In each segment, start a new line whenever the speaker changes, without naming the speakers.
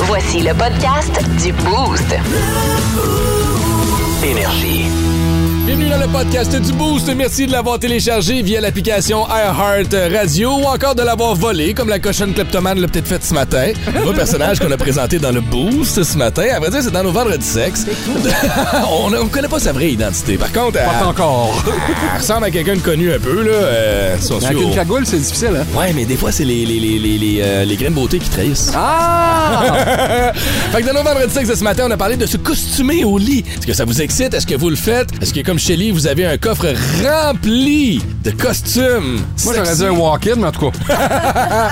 Voici le podcast du Boost.
Énergie.
Bienvenue dans le podcast du Boost. Merci de l'avoir téléchargé via l'application iHeart Radio ou encore de l'avoir volé, comme la cochonne kleptomane l'a peut-être fait ce matin. Un personnage qu'on a présenté dans le Boost ce matin. À vrai dire, c'est dans nos vendredis sexe. on ne connaît pas sa vraie identité. Par contre, elle,
Pas encore.
elle ressemble à quelqu'un de connu un peu. Là, euh, si on suit
Avec une
au-
cagoule, c'est difficile, hein?
Ouais, mais des fois, c'est les, les, les, les, les, euh, les graines de beauté qui trahissent.
Ah!
fait que dans nos vendredis sexes de ce matin, on a parlé de se costumer au lit. Est-ce que ça vous excite? Est-ce que vous le faites? Est-ce que, comme Shelly, vous avez un coffre rempli de costumes?
Moi, j'aurais
sexy?
dit un walk-in, mais en tout cas.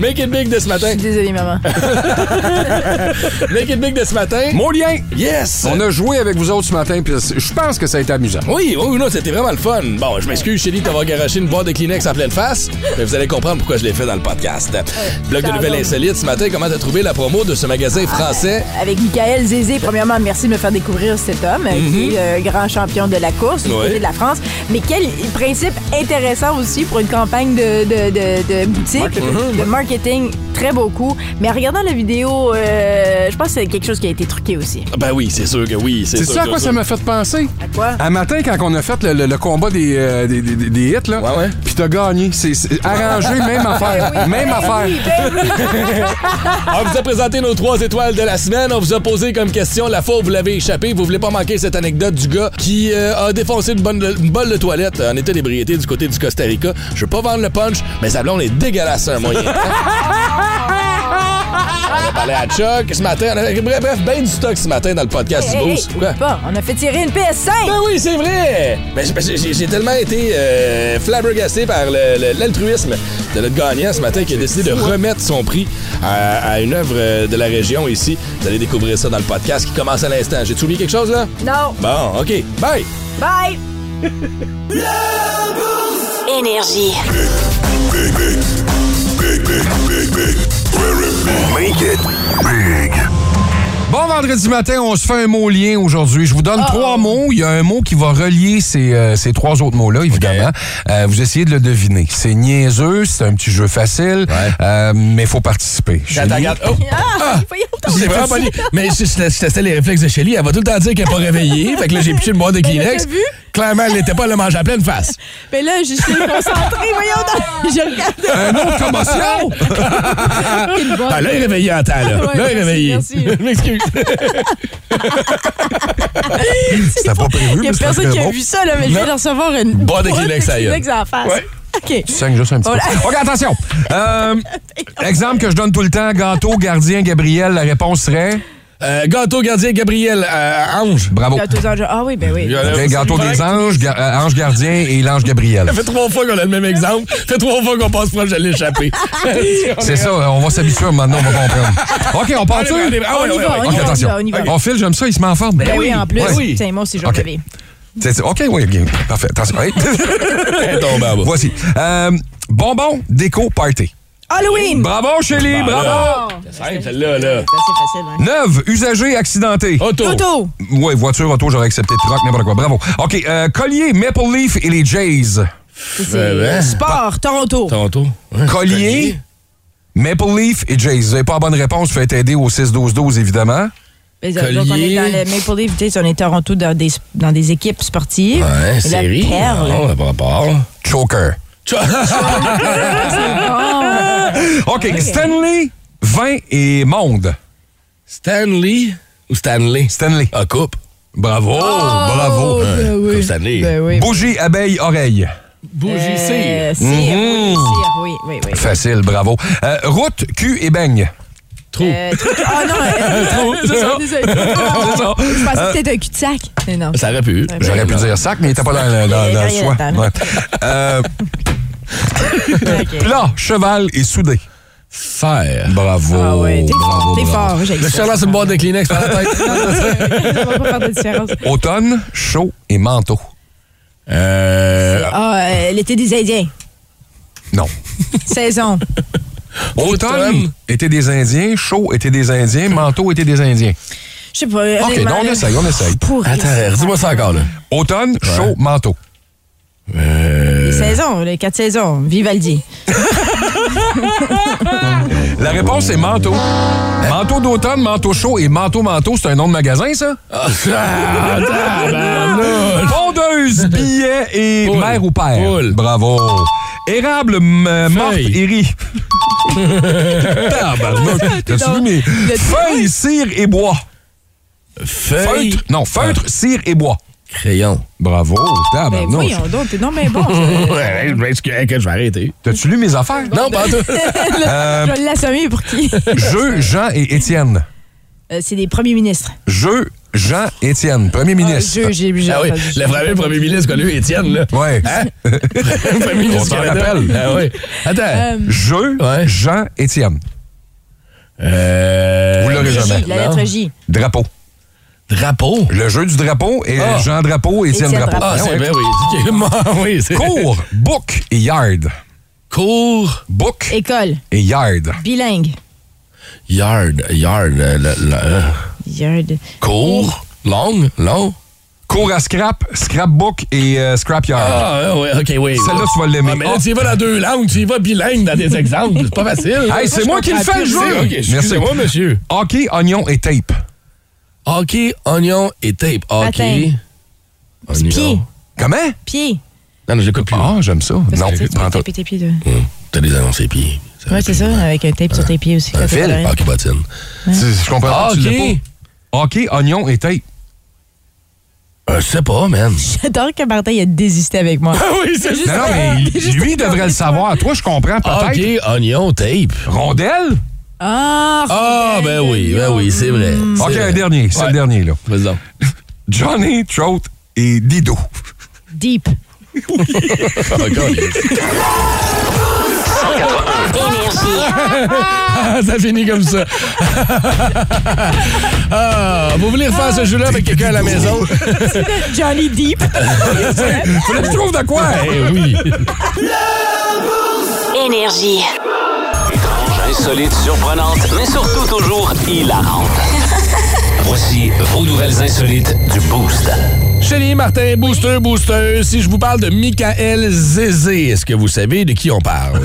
Make it big de ce matin.
Je suis désolée, maman.
Make it big de ce matin.
Mon lien!
Yes!
On a joué avec vous autres ce matin, puis je pense que ça a été amusant.
Oui, oui, non, c'était vraiment le fun. Bon, je m'excuse, Chélie, d'avoir garoché une boîte de Kleenex en pleine face, mais vous allez comprendre pourquoi je l'ai fait dans le podcast. Blog de
pardon.
nouvelles insolites, ce matin, comment t'as trouvé la promo de ce magasin français?
Avec Michael Zézé, premièrement, merci de me faire découvrir cet homme, euh, qui est euh, grand champion de la course du
Ouais.
côté de la France. Mais quel principe intéressant aussi pour une campagne de, de- de- de boutique, de marketing. Très beau coup. Mais en regardant la vidéo, euh, je pense que c'est quelque chose qui a été truqué aussi.
Ah, Ben oui, c'est sûr que oui.
C'est
sûr,
ça à
sûr,
quoi ça
sûr.
m'a fait penser?
À quoi?
Un matin, quand on a fait le, le- le combat des, euh, des, des- des- des hits, là,
Ouais, ouais.
puis t'as gagné. C'est c'est arrangé, même affaire. Même affaire.
Oui, ben oui.
On vous a présenté nos trois étoiles de la semaine. On vous a posé comme question la fois où vous l'avez échappé. Vous voulez pas manquer cette anecdote du gars qui euh, a défoncé une, bonne, une bolle de toilette en état d'ébriété du côté du Costa Rica. Je veux pas vendre le punch, mais sa blonde est dégueulasse à un moyen. temps. on a parlé à Chuck ce matin. On a- Bref, bref, ben du stock ce matin dans le podcast
Hey,
du
hey,
Boost.
oublie
Quoi?
pas, on a fait tirer une PS5.
Ben oui, c'est vrai! Ben, j'ai- j'ai- j'ai- j'ai tellement été euh, flabbergasté par le- le- l'altruisme de notre gagnant ce matin qui a décidé de remettre son prix à, à une œuvre euh, de la région ici. Vous allez découvrir ça dans le podcast qui commence à l'instant. J'ai-tu oublié quelque chose là?
Non.
Bon, OK. Bye!
Bye.
Énergie.
Make it big.
Bon vendredi matin, on se fait un mot lien aujourd'hui. Je vous donne
Oh.
trois mots. Il y a un mot qui va relier ces, euh, ces trois autres mots-là, évidemment. Euh, vous essayez de le deviner. C'est niaiseux, c'est un petit jeu facile,
Ouais.
euh, mais il faut participer.
Attends,
Julie?
regarde. Oh!
Ah, voyons donc.
J'ai vraiment pas dit. Mais je, je, je testais les réflexes de Shelly. Elle va tout le temps dire qu'elle n'est pas réveillée. Fait que là, j'ai piché une boîte de
l'a
Kleenex.
vu?
Clairement, elle n'était pas le manger à pleine face.
Mais là, je suis concentrée, voyons donc. Je
Un
regarde.
autre commotion!
Ah, là, il est réveillé en temps, là. là,
Ouais,
il est
merci,
réveillé.
merci.
Je m'excuse.
C'était pas prévu,
Il n'y a
mais c'était
personne
très
qui a
bon.
vu ça, là, mais je
Non.
viens de recevoir une
Boîte de
boîte
Kleenex à la gueule.
Kleenex en face.
Ouais.
OK.
Tu saignes juste un petit
Oh là.
peu. OK, attention. Euh, exemple que je donne tout le temps, gâteau, gardien, Gabriel, la réponse serait...
Euh, gâteau gardien Gabriel euh, Ange.
Bravo.
Gâteau aux anges. Ah oui, ben oui.
Ok, gâteau des anges, ga- euh, ange gardien et l'ange Gabriel.
Ça fait trois fois qu'on a le même exemple. Ça fait trois fois qu'on passe proche de l'échapper. ben,
C'est ça, on va s'habituer maintenant, on va comprendre. OK, on part
Allez, allez, ah ouais,
On y
ouais,
va,
ouais.
on y
OK,
va,
attention.
on y va.
On file, j'aime ça, il se met en forme.
Ben oui, en plus.
Ouais.
Oui. Tiens, moi aussi, je vais
OK.
relever.
C'est ça. OK, oui, bien. Parfait. Attention. Hey.
Elle tombe en bas.
Voici. Euh, bonbon, déco, party.
Halloween!
Bravo, Chélie, bravo.
Oh,
C'est simple, celle-là, là.
C'est facile, hein.
Neuve, usagé, accidenté.
Auto.
Toto!
Oui, voiture, auto, j'aurais accepté truck, n'importe quoi. Bravo. OK, euh, collier, Maple Leaf et les Jays.
ben.
C'est sport, Toronto.
Tonto.
Collier, Maple Leaf et Jays. Vous n'avez pas la bonne réponse, vous faites aider au 6-12-12, évidemment.
Mais donc, on est
Collier.
dans le Maple Leaf, tu sais, on est Toronto dans des, dans des équipes sportives.
Ouais,
la
série.
perle.
Non, pas rapport.
Choker. OK, Stanley, vin et monde.
Stanley ou Stanley?
Ah,
Stanley.
En coupe. Bravo, Oh, bravo.
Oh,
Ouais,
ben oui.
Comme Stanley.
Ben oui.
Bougie, abeille, oreille.
Bougissez.
Euh, cire, oui, cire, oui, oui, oui.
Facile, bravo. Euh, route, cul et beigne.
Trop.
Euh, truc- Ah non, euh,
Trop.
c'est ça, désolé. Je pensais que c'était un cul-de-sac. Mais non.
Ça aurait pu.
J'aurais pu dire sac, mais il n'était pas dans, le- dans-
Il y
dans
a
le
rien
choix.
là-dedans, là.
Ouais. Euh,
Ok.
plat, cheval et soudé.
Faire.
Bravo.
Ah ouais, t'es
bravo,
fort, t'es
bravo.
fort, j'ai
Je suis lancé une boîte de Kleenex par la tête.
Ça va pas faire de différence.
Automne, chaud et manteau.
Euh.
Ah, euh, l'été des Indiens.
Non.
Saison.
Automne était des Indiens, chaud était des Indiens, manteau était des Indiens.
Je sais pas. euh,
OK, non, on essaye, on essaye.
Pour
Attends, dis-moi ça encore, là.
Automne, chaud, manteau.
Les saisons, les quatre saisons. Vivaldi.
La réponse est manteau.
Ah.
Manteau d'automne, manteau chaud et manteau manteau, c'est un nom de magasin, ça?
Ah,
Fondeuse, billet et
Poule.
mère ou père.
Poule.
Bravo. Érable, m- euh, morte
Feuille.
et riz. Tabarnak, t'as
dans-
suivi mes-
le-
Feuille, cire et bois.
Feuille. Ah.
Feutre, non, feutre, cire et bois.
Crayon.
Bravo,
Ben
tabarnak.
voyons donc, t'es non mais bon. je-
Ouais, que, je vais arrêter.
T'as-tu lu mes affaires?
Non, pas en tout.
Je vais l'assommer pour qui?
Jeu, Jean et Étienne.
Euh, c'est des premiers ministres.
Jeu, Jean, Étienne,
Ah,
premier ministre.
Je- j'ai- j'ai
Ah oui,
entendu.
le premier, premier ministre qu'on a eu, Étienne, là.
Ouais.
Le premier
On
ministre
s'en
Canada.
rappelle.
Ah oui.
Euh,
Attends.
Jeu,
Ouais.
Jean, Étienne.
Euh,
Vous l'aurez
J,
jamais.
La
Non.
lettre J.
Drapeau.
Drapeau.
Le jeu du drapeau et
Ah.
Jean Drapeau, Étienne
Étienne
Drapeau.
Drapeau.
Ah,
Ah,
c'est
ouais.
vrai, oui. Ok, moi, Ah, oui, c'est
Cours, book et yard.
Cours.
Book
École.
et yard.
Bilingue.
Yard. Yard. euh, la- la- euh,
Yard.
Cours. Long. Long.
Cours à scrap, scrapbook et euh, scrapyard.
Ah, oui, OK, oui.
Celle-là, tu vas l'aimer.
Ah, mais là, tu y vas dans deux langues, tu y vas bilingue dans des exemples. C'est pas facile.
Hey, c'est moi qui le fais, le jeu!
OK, excusez-moi, monsieur.
Hockey, oignon et tape.
Hockey, oignon et tape. Hockey. Oignon.
Pied.
Comment?
Pied.
Non, non, je l'écoute plus.
Ah, j'aime ça. Non,
Parce que tu sais, tu peux
prends toi.
taper tes pieds. de-
Hum, T'as des annonces et pieds.
Ouais, c'est ça, avec un tape sur tes pieds aussi.
Un
quand t'es
fil.
pas là.
Hockey bottine.
Tu- Je comprends
Ah,
pas. tu l'as
Hockey.
pas. Hockey, oignon et tape.
Euh, Je sais pas, man.
J'adore que Martin il a désisté avec moi.
oui, c'est
Non, non, mais lui devrait le savoir. Toi, je comprends peut-être.
Hockey, oignon, tape.
Rondelle?
Ah,
Ah, ben oui, ben oui, c'est vrai. c'est
OK,
vrai.
un dernier. C'est
Ouais.
le dernier, là.
Vas-y donc.
Johnny, Trout et Dido.
deep.
Ah, ça finit comme ça. Ah, vous voulez refaire ce jeu-là avec quelqu'un à la maison?
Johnny Deep.
Tu le trouves de quoi?
Eh oui.
Énergie.
Insolite, surprenante, mais surtout toujours hilarante. Voici vos nouvelles insolites du Boost.
Chérie, Martin, booster, booster. Si je vous parle de Michael Zézé, est-ce que vous savez de qui on parle?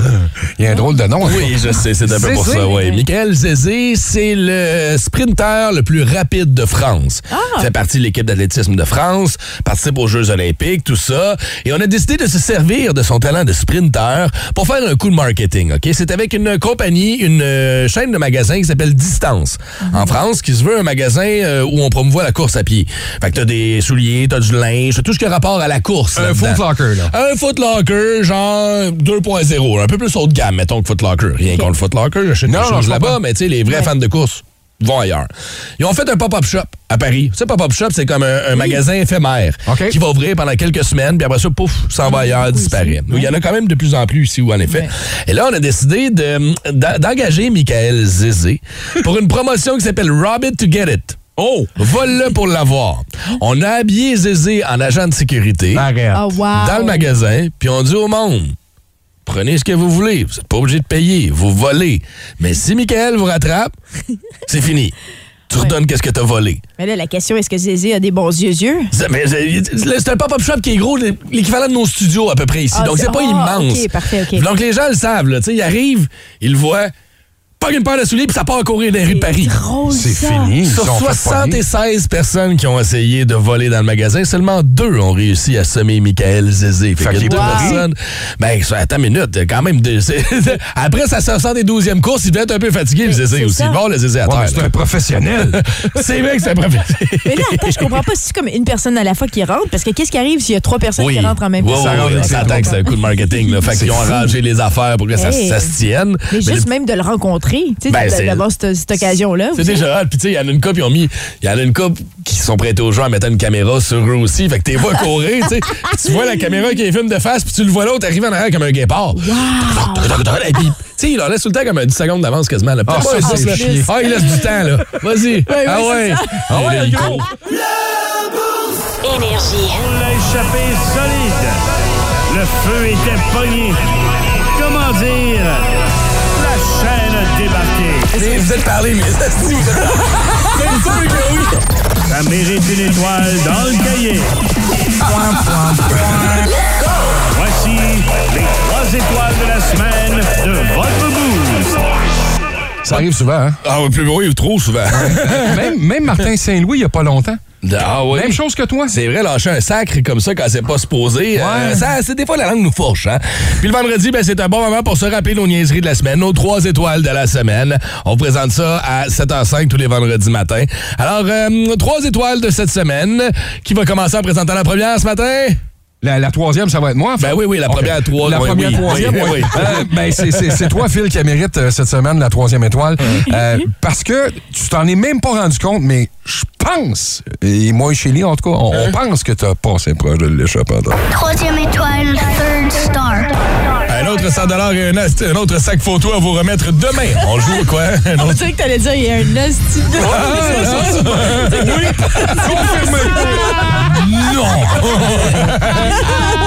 Il y a un drôle de nom. hein.
Oui, je sais, c'est un peu pour
Zézé.
ça. Oui. Michael Zézé, c'est le sprinteur le plus rapide de France.
Ah.
Il fait partie de l'équipe d'athlétisme de France, participe aux Jeux olympiques, tout ça. Et on a décidé de se servir de son talent de sprinteur pour faire un coup de marketing. Ok, C'est avec une compagnie, une euh, chaîne de magasins qui s'appelle Distance
Ah.
en France, qui se veut un magasin euh, où on promouvoit la course à pied. Fait que t'as des souliers, t'as du linge, t'as tout ce qui a rapport à la course.
Un
là-dedans.
Foot Locker, là.
Euh, Un Footlocker, genre 2.0, un peu plus haut de gamme, mettons que Footlocker. Rien contre Footlocker, j'achète des
Non, non,
choses
je
là-bas,
comprends.
mais tu sais, les vrais fans de course vont ailleurs. Ils ont fait un pop-up shop à Paris. Tu sais, pop-up shop, c'est comme un, un magasin éphémère
OK.
qui va ouvrir pendant quelques semaines, puis après ça, pouf, s'en va ailleurs, disparaît. Il y en a quand même de plus en plus ici, où en effet. Et là, on a décidé de- d'en- d'engager Michael Zézé pour une promotion qui s'appelle Rob It to Get It. Oh! Vole-le pour l'avoir. On a habillé Zézé en agent de sécurité
Arrête.
Oh, wow.
dans le magasin, puis on dit au monde prenez ce que vous voulez, vous n'êtes pas obligé de payer, vous volez. Mais si Michael vous rattrape, c'est fini. Tu redonnes qu'est-ce que t'as volé.
Mais là, la question, est-ce que Zézé a des bons yeux-yeux?
C'est mais c'est- là, c'est un pop-up shop qui est gros, l'équivalent de nos studios à peu près ici.
Ah,
Donc,
c'est-
c'est pas
ah,
immense.
ok, parfait, ok.
Donc, les gens le savent. Là, Tu sais, ils arrivent, ils le voient, pognent une paire de souliers, puis ça part courir dans les rues de Paris.
Drôle,
C'est
ça.
fini. Ils
Sur
sont fait
76 personnes qui ont essayé de voler dans le magasin, seulement deux ont réussi à semer Michael Zézé. Fait,
Fait
que
qu'il
deux
est pas pris.
personnes. Ben, ça- attends une minute, quand même. deux- c'est- Après sa 72e course, il devait être un peu fatigué, le Zézé
c'est
aussi.
ça.
Bon, le Zézé à
Ouais, mais
terre.
c'est un professionnel.
C'est vrai que c'est un professionnel.
Mais là, attends, je comprends pas si c'est comme une personne à la fois qui rentre, parce que qu'est-ce qui arrive s'il y a trois personnes qui rentrent en même
Oui,
temps?
oui, oui, on s'entend que c'est un coup de marketing. Là. Fait qu'ils ont arrangé les affaires pour que ça,
Hey.
ça se tienne.
Mais
Mais le-
juste même de le rencontrer, tu sais,
Ben, c'est-
de- d'avoir cette, cette occasion-là.
C'est déjà hot. Puis, tu sais, il y en a une couple, ils ont mis. Il y en a une couple qui se sont prêtés aux gens en mettant une caméra sur eux aussi. Fait que t'es vois courir, tu sais. Puis tu vois la caméra qui les filme de face, puis tu le vois l'autre arriver en arrière comme un guépard. Et puis, tu sais, il leur laisse tout le temps comme un 10 secondes d'avance quasiment. Là.
Ah,
Pas
ça,
un
c'est
six, là.
chier.
Ah, il laisse du temps, là. Vas-y. ah
oui,
ouais. Ah ouais, le gros.
Énergie.
l'a échappé solide. Le feu était pogné. Comment dire? La chaîne a débarqué.
Tu sais, Vous êtes parlé, mais ça se dit, vous êtes parlé. C'est sûr que oui.
Ça mérite une étoile dans le cahier. Voici les trois étoiles de la semaine de votre boost.
Ça arrive souvent, hein?
Ah oui, plus oui, trop souvent.
Même, même Martin Saint-Louis, il n'y a pas longtemps.
ah oui.
Même chose que toi.
C'est vrai, lâcher un sacre comme ça quand c'est pas supposé, euh, ça, c'est des fois la langue nous fourche. Hein? Puis le vendredi, ben, c'est un bon moment pour se rappeler nos niaiseries de la semaine, nos trois étoiles de la semaine. On vous présente ça à 7h05 tous les vendredis matins. Alors, euh, trois étoiles de cette semaine. Qui va commencer en présentant la première ce matin?
La, la troisième, ça va être moi. en fait.
Ben oui, oui, la
OK.
première trois-
La
oui,
première
oui,
troisième,
oui,
oui.
oui.
Euh, ben, c'est- c'est c'est toi, Phil, qui mérite euh, cette semaine la troisième étoile. Euh, parce que tu t'en es même pas rendu compte, mais je pense, et moi et Chélie, en tout cas, on, on pense que tu as passé proche de l'échappement.
Troisième étoile, third star.
Un autre 100 et un, ast- un autre sac photo à vous remettre demain. On joue à quoi? Un
On
autre-
dirait que t'allais dire, il y a un hostie de...
Non!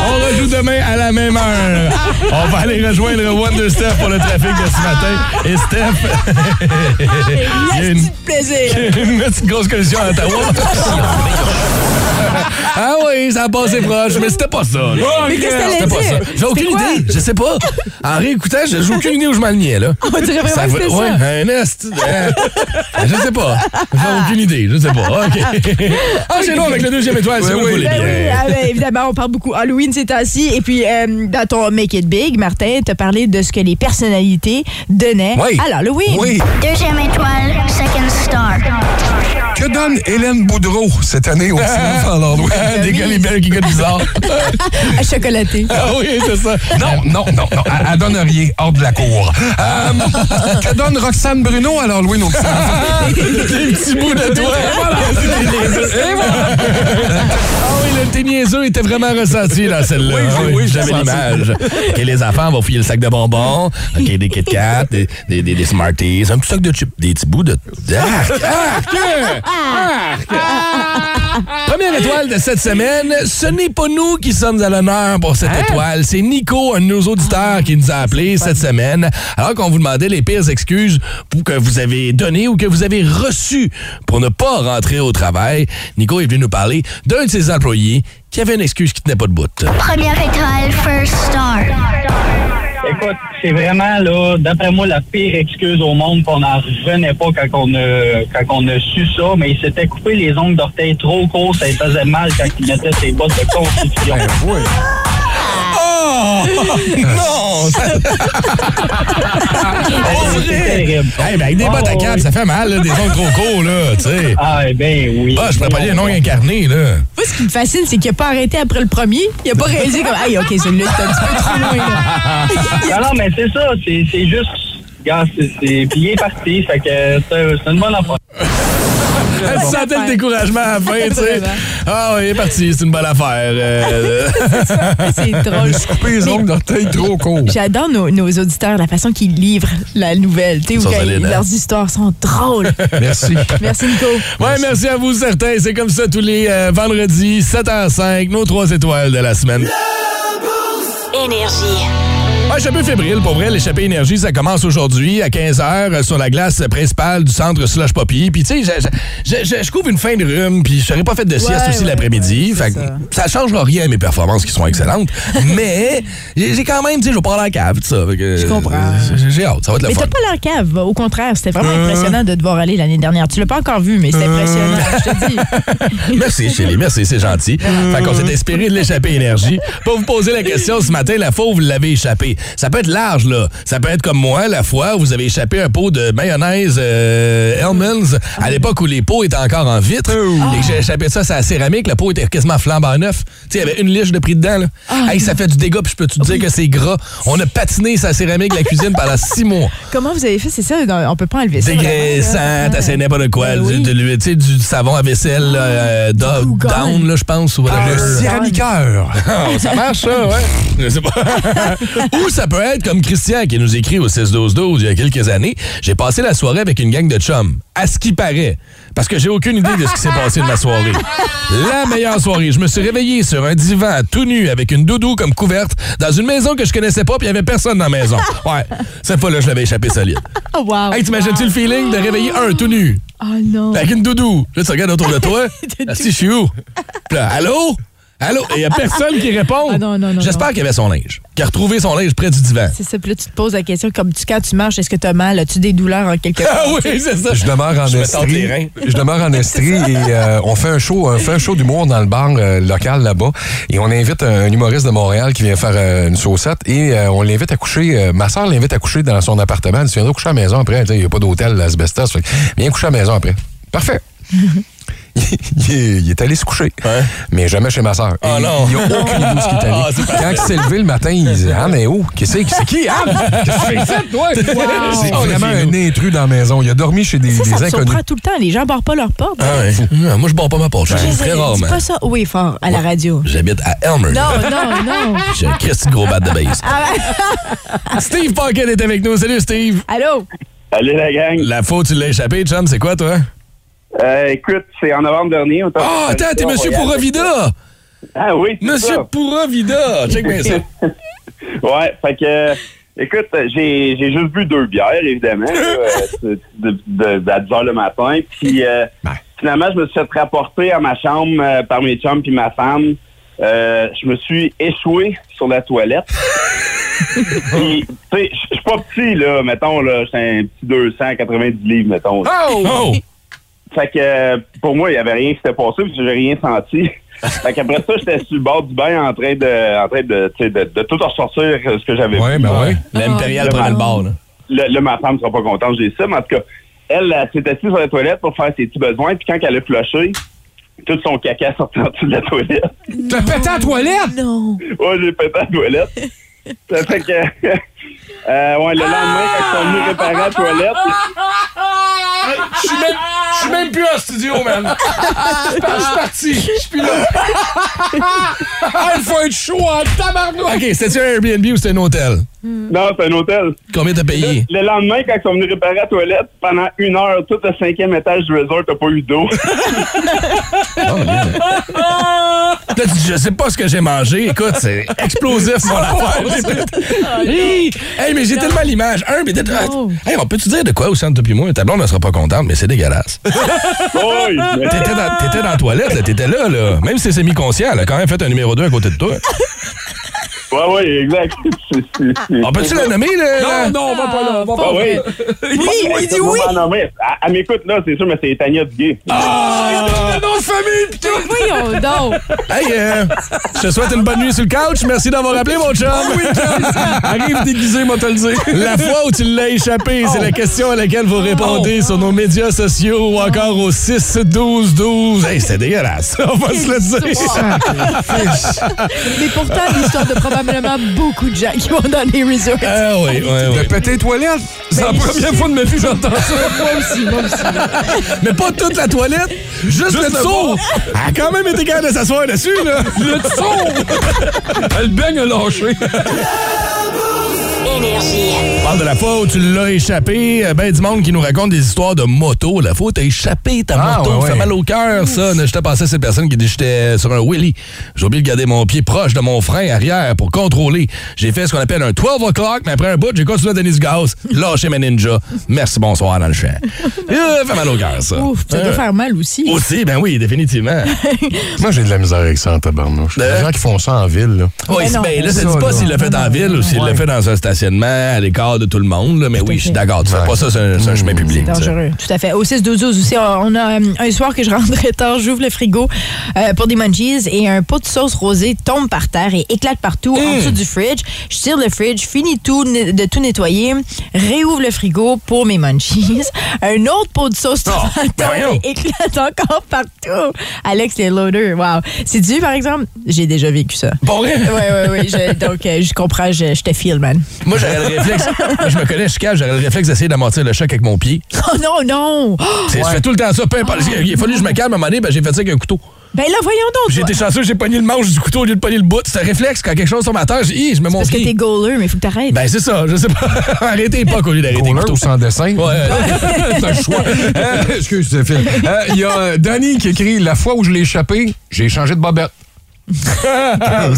On rejoue demain à la même heure. On va aller rejoindre Wonder Steph pour le trafic de ce matin. Et Steph,
Il y a un petit plaisir.
une petite grosse collision à Ottawa. Ah oui, ça a passé proche, mais c'était pas ça. là.
Mais qu'est-ce que t'allais
C'était pas ça.
dire?
J'ai aucune
C'était quoi?
idée. Je sais pas. En réécoutant, j'ai j'ai aucune idée où je m'en liais, là.
On dirait vraiment que c'était ça.
Ouais, un est. euh, je sais pas. J'ai aucune idée. Je sais pas.
Ah.
OK. Enchaînons avec le deuxième étoile, si
Oui,
vous
oui.
voulez
Ben
bien.
oui, ah ben, évidemment, on parle beaucoup Halloween ces temps-ci. Et puis, euh, dans ton Make It Big, Martin, t'as parlé de ce que les personnalités donnaient
Oui.
à l'Halloween.
Oui.
Deuxième étoile, second star.
Que donne Hélène Boudreau cette année au cinéma à l'endroit?
Ah, Des colibelles qui goûtent bizarre.
À chocolater.
Ah oui, c'est ça.
Non, non, non, non. Elle, elle donne rien hors de la cour. Euh, que donne Roxane Bruno à l'Halloween au cinéma?
Des petits bouts de doigts. Et voilà. Ah oui, le petit niaiseux était vraiment ressenti dans celle-là.
Oui, oui,
Ah
oui,
j'avais
j'ai
l'image. Et les enfants vont fouiller le sac de bonbons, OK, des Kit Kat, des, des, des, des Smarties, un petit sac de chips, des petits bouts de... Ah, Arc, arc, arc. Première étoile de cette semaine, ce n'est pas nous qui sommes à l'honneur pour cette étoile, c'est Nico, un de nos auditeurs, qui nous a appelés cette semaine, alors qu'on vous demandait les pires excuses pour que vous avez données ou que vous avez reçues pour ne pas rentrer au travail. Nico est venu nous parler d'un de ses employés qui avait une excuse qui tenait pas de bout.
Première étoile, first star.
Écoute, c'est vraiment, là, d'après moi, la pire excuse au monde qu'on n'en revenait pas quand on, a, quand on a su ça, mais il s'était coupé les ongles d'orteil trop courts, ça lui faisait mal quand il mettait ses bottes de constitution.
Non! Oh,
C'est terrible.
Hey, ben avec des
Ah,
bottes à câble,
ouais.
ça fait mal, là, des ongles trop courts, là, tu sais.
Ah, eh ben oui.
Ah, je pourrais pas dire un ongle incarné, là.
Moi, ce qui me fascine, c'est qu'il n'a pas arrêté après le premier. Il n'a pas réalisé comme, ah, OK, celui-là, c'est un petit peu trop loin. là.
Non, non, mais c'est ça, c'est c'est juste... Regarde, c'est- c'est plié parti, fait que c'est c'est une bonne affaire.
Elle sentait le
affaire.
découragement à la fin, tu sais.
Vraiment.
Ah oui, il est parti, c'est une bonne affaire. Euh,
C'est drôle.
Couper les ongles d'orteil trop court.
J'adore nos, nos auditeurs, la façon qu'ils livrent la nouvelle. Tu sais,
Ils
où
sont
quand
solides, hein?
leurs histoires sont drôles.
Merci.
Merci, Nico.
Ouais, merci à vous certains. C'est comme ça tous les euh, vendredis, 7h05, nos trois étoiles de la semaine.
Énergie.
Ouais, je suis un peu fébrile, pour vrai. L'échappée énergie, ça commence aujourd'hui à 15h euh, sur la glace principale du centre Slush Poppy. Puis tu sais, je- je- je je- je couvre une fin de rhume, puis je serai pas faite de sieste
Ouais,
aussi
ouais,
l'après-midi. fait
ouais,
que ça. changera rien à mes performances qui sont excellentes. mais j'ai j'ai quand même, tu sais, je vais pas à la cave, tout ça. Fait que,
Je comprends.
euh, j'ai- J'ai hâte, ça va être le
Mais
fun.
t'as pas l'air cave. Au contraire, c'était vraiment
Euh.
impressionnant de te voir aller l'année dernière. Tu l'as pas encore vu, mais c'était impressionnant, je te dis.
Merci, Chélie. Merci, c'est gentil. Fait qu'on s'est inspiré de l'échappée énergie. Pour vous poser la question ce matin, la fois où vous l'avez échappé. Ça peut être large, là. Ça peut être comme moi, la fois où vous avez échappé un pot de mayonnaise euh, Hellmann's à l'époque où les pots étaient encore en vitre. Et que j'ai échappé ça, c'est la céramique. Le pot était quasiment flambant neuf. Tu sais, il y avait une liche de prix dedans, là. Hey, ça fait du dégât, puis je peux te dire que c'est gras. On a patiné sa céramique, la cuisine, pendant six mois.
Comment vous avez fait? C'est ça, non, on peut pas enlever ça.
Dégraissant, t'as essayé n'importe quoi.
Ben oui. Ah,
Du, de l'huile, tu sais, du savon à vaisselle là, euh, do-
Oh, God.
down, là, je pense. Ou whatever.
Ah, Le céramiqueur.
Oh, ça marche, ça, ouais. Je sais pas. Ou ça peut être comme Christian qui nous écrit au 6-12-12 il y a quelques années. J'ai passé la soirée avec une gang de chums. À ce qui paraît. Parce que j'ai aucune idée de ce qui s'est passé de ma soirée. La meilleure soirée. Je me suis réveillé sur un divan tout nu avec une doudou comme couverte dans une maison que je connaissais pas puis il y avait personne dans la maison. Ouais. Cette fois-là, je l'avais échappé solide.
Oh, wow.
Hey, t'imagines-tu le feeling de réveiller un tout nu?
Oh non.
Avec une doudou. Là, tu regardes autour de toi.
T'es
Ah, si, je suis où? Puis là, allô? Allô? Il n'y a personne qui répond.
Ah non, non, non,
J'espère
non.
qu'il avait son linge. Qu'il a retrouvé son linge près du divan.
C'est ça. Puis là, tu te poses la question, comme tu, quand tu marches, est-ce que t'as mal? As-tu des douleurs en quelque
Ah
part?
oui, c'est ça.
Je demeure en
Je me tente
Estrie.
les reins.
Je demeure en Estrie et euh, on fait un show, on fait un show d'humour dans le bar euh, local là-bas et on invite un, un humoriste de Montréal qui vient faire euh, une saucette et euh, on l'invite à coucher. euh, ma soeur l'invite à coucher dans son appartement. Elle dit viendras coucher à la maison après. Elle dit, Il n'y a pas d'hôtel, l'asbestos. Fait que, Viens coucher à la maison après. Parfait. il, est- il est allé se coucher, mais jamais chez ma soeur.
Ah non.
Il n'y a aucune idée où ce qui est allé.
Ah, c'est
Quand il s'est levé le matin, il dit Ah, mais où Qu'est-ce que c'est? C'est qui, Anne Qu'est-ce que tu fais ici, toi? C'est
On est
vraiment
chez
un
nous.
intrus dans la maison. Il a dormi chez des,
Ça,
des
ça me
inconnus.
surprend tout le temps. Les gens barrent pas leur porte.
Ah ouais. Ah, Moi, je bois pas ma poche.
Je
Très
sais, dis
rarement.
pas ça. Oui, fort, à la radio.
J'habite à Elmer.
Non, Ah non, non.
J'ai un Christy de gros bat de base. Steve Pocket est avec nous. Salut, Steve.
Allô?
Salut la gang.
La faute, tu l'as échappé, chum. C'est quoi, toi?
Euh, écoute, c'est en novembre dernier. on t'a-
Ah, attends, t'es Monsieur Pourravida.
Ah oui, c'est
Monsieur
ça.
Pourravida. Check bien ça.
Ouais, fait que, euh, écoute, j'ai, j'ai juste bu deux bières, évidemment, là, euh, de- de- de- à 10 heures le matin. Puis, euh, finalement, je me suis fait rapporter à ma chambre euh, par mes chums puis ma femme. Euh, je me suis échoué sur la toilette. Puis, tu sais, je suis pas petit, là, mettons, là, j'ai un petit 290 livres, mettons. là.
Oh!
Fait que euh, pour moi, il n'y avait rien qui s'était passé, puis j'ai rien senti. fait qu'après ça, j'étais sur le bord du bain en train de en train de, tu sais, de, de tout ressortir euh, ce que j'avais
Ouais,
bu.
ben ouais.
L'impérial
Oh,
prend le
non.
bord, là.
Là, là, ma femme sera pas contente, j'ai ça, mais en tout cas, elle, elle s'est assise sur la toilette pour faire ses petits besoins, puis quand elle a flushé, tout son caca sortait en dessous de la toilette.
T'as pété la toilette?
Non.
Ouais, j'ai pété la toilette. Ça fait que. euh, ouais, le lendemain, quand ils sont venus réparer la toilette,
Je suis même, je suis même plus en studio, man. Je pars- je suis parti. Je suis plus là. Il faut être chaud en tabarnak. OK, c'était un Airbnb ou c'était un hôtel?
non, c'est un hôtel.
Combien t'as payé?
Le lendemain, quand ils sont venus réparer la toilette, pendant une heure, tout le cinquième étage du resort, t'as pas eu d'eau.
Ah, Là, tu dis, hein. je sais pas ce que j'ai mangé. Écoute, c'est explosif, mon affaire.
Ah,
Hi! hey, mais j'ai tellement l'image. Un, mais d'être-
Non.
Hey, on peut-tu dire de quoi au centre depuis moi? Ta blonde ne sera pas contente, mais c'est dégueulasse.
Oui, mais-
T'étais dans, t'étais dans la toilette, là, t'étais là, là. Même si c'est semi-conscient, elle a quand même fait un numéro 2 à côté de toi.
ouais, ouais, exact. C'est- c'est- c'est-
Ah,
On peut-tu la nommer, là?
non, on va pas là. On va
bah
Ah oui,
Oui, il dit oui.
Non, non, mais elle- elle m'écoute, là, c'est sûr, mais c'est Tania Duguay.
Ah! nom de famille, putain!
Voyons donc.
Hey, euh, je te souhaite une bonne nuit sur le couch. Merci d'avoir appelé, mon chum. Arrive déguisé, moi, te le dire. La fois où tu l'as échappé, c'est la question à laquelle vous répondez sur nos médias sociaux ou encore au 6-12-12. Hey, c'était dégueulasse. On va se le Ah, dire.
Mais pourtant, l'histoire de probablement beaucoup de gens qui vont dans les resorts.
Ah oui, oui,
T'as
oui.
pété les toilettes? C'est la première fois de ma vie que j'entends ça.
Moi aussi, moi aussi.
Mais pas toute la toilette, juste, le dessous. Elle a quand même été capable de s'asseoir dessus, là. Le dessous!
Elle baigne lâché.
Énergie.
On parle de la fois où tu l'as échappé. Euh, Ben, du monde qui nous raconte des histoires de moto. La fois où t'as échappé ta
Ah,
moto.
ouais,
Ça fait
ouais.
mal au cœur, ça. Ne- J'étais passé à cette personne qui dit J'étais sur un wheelie. J'ai oublié de garder mon pied proche de mon frein arrière pour contrôler. J'ai fait ce qu'on appelle un 12 o'clock, mais après un bout, j'ai continué à donner du gaz, lâché ma ninja. Merci, bonsoir dans le champ. Euh, fait mal au cœur, ça.
Ouf, ça doit
Euh,
faire mal aussi.
Aussi, ben oui, définitivement.
Moi, j'ai de la misère avec ça en tabarnouche.
Euh?
Les gens qui font ça en ville, là.
Oui,
Ben non.
ben là, ça
Ça,
dit pas
là.
s'il l'a fait en ville ou s'il l'a fait dans un stationnement à l'écart de tout le monde, là, mais oui, je suis d'accord. Tu fais pas ça sur un, sur un chemin public. tu sais.
Dangereux. Tout à fait. Au 6 12 12 aussi, on- on a euh, un soir que je rentrais tard, j'ouvre le frigo euh, pour des munchies et un pot de sauce rosée tombe par terre et éclate partout en
Hum.
dessous du fridge. Je tire le fridge, finis tout né- de tout nettoyer, réouvre le frigo pour mes munchies. Un autre pot de sauce tombe par terre
Oh, ben voyons.
et éclate encore partout. Alex les loaders, wow. C'est tu par exemple, j'ai déjà vécu ça.
Pour vrai?
Oui, oui, oui. je- Donc, euh, je comprends, je, je te feel, man.
Moi, j'aurais le réflexe. Moi, je me connais, je suis calme, j'aurais le réflexe d'essayer d'amortir le choc avec mon pied.
Oh non, non! Oh,
C'est- Je fais tout le temps ça, peu importe. Il a fallu que je me calme à un moment donné, ben, j'ai fait ça avec un couteau.
ben là, voyons donc!
J'ai
toi.
été chanceux, j'ai pogné le manche du couteau au lieu de pogner le bout. C'est un réflexe quand quelque chose tombe à terre, j'ai Hi, je mets mon
Parce que t'es
pied.
goaler, mais il faut que t'arrêtes.
Ben, c'est ça, je sais pas. Arrêtez pas au lieu d'arrêter le
Roller
couteau.
ou sans dessin?
Ouais.
T'as le choix. Euh, excuse, Phil. Euh, Il y a euh, Danny qui écrit La fois où je l'ai échappé, j'ai changé de bobette. Ah!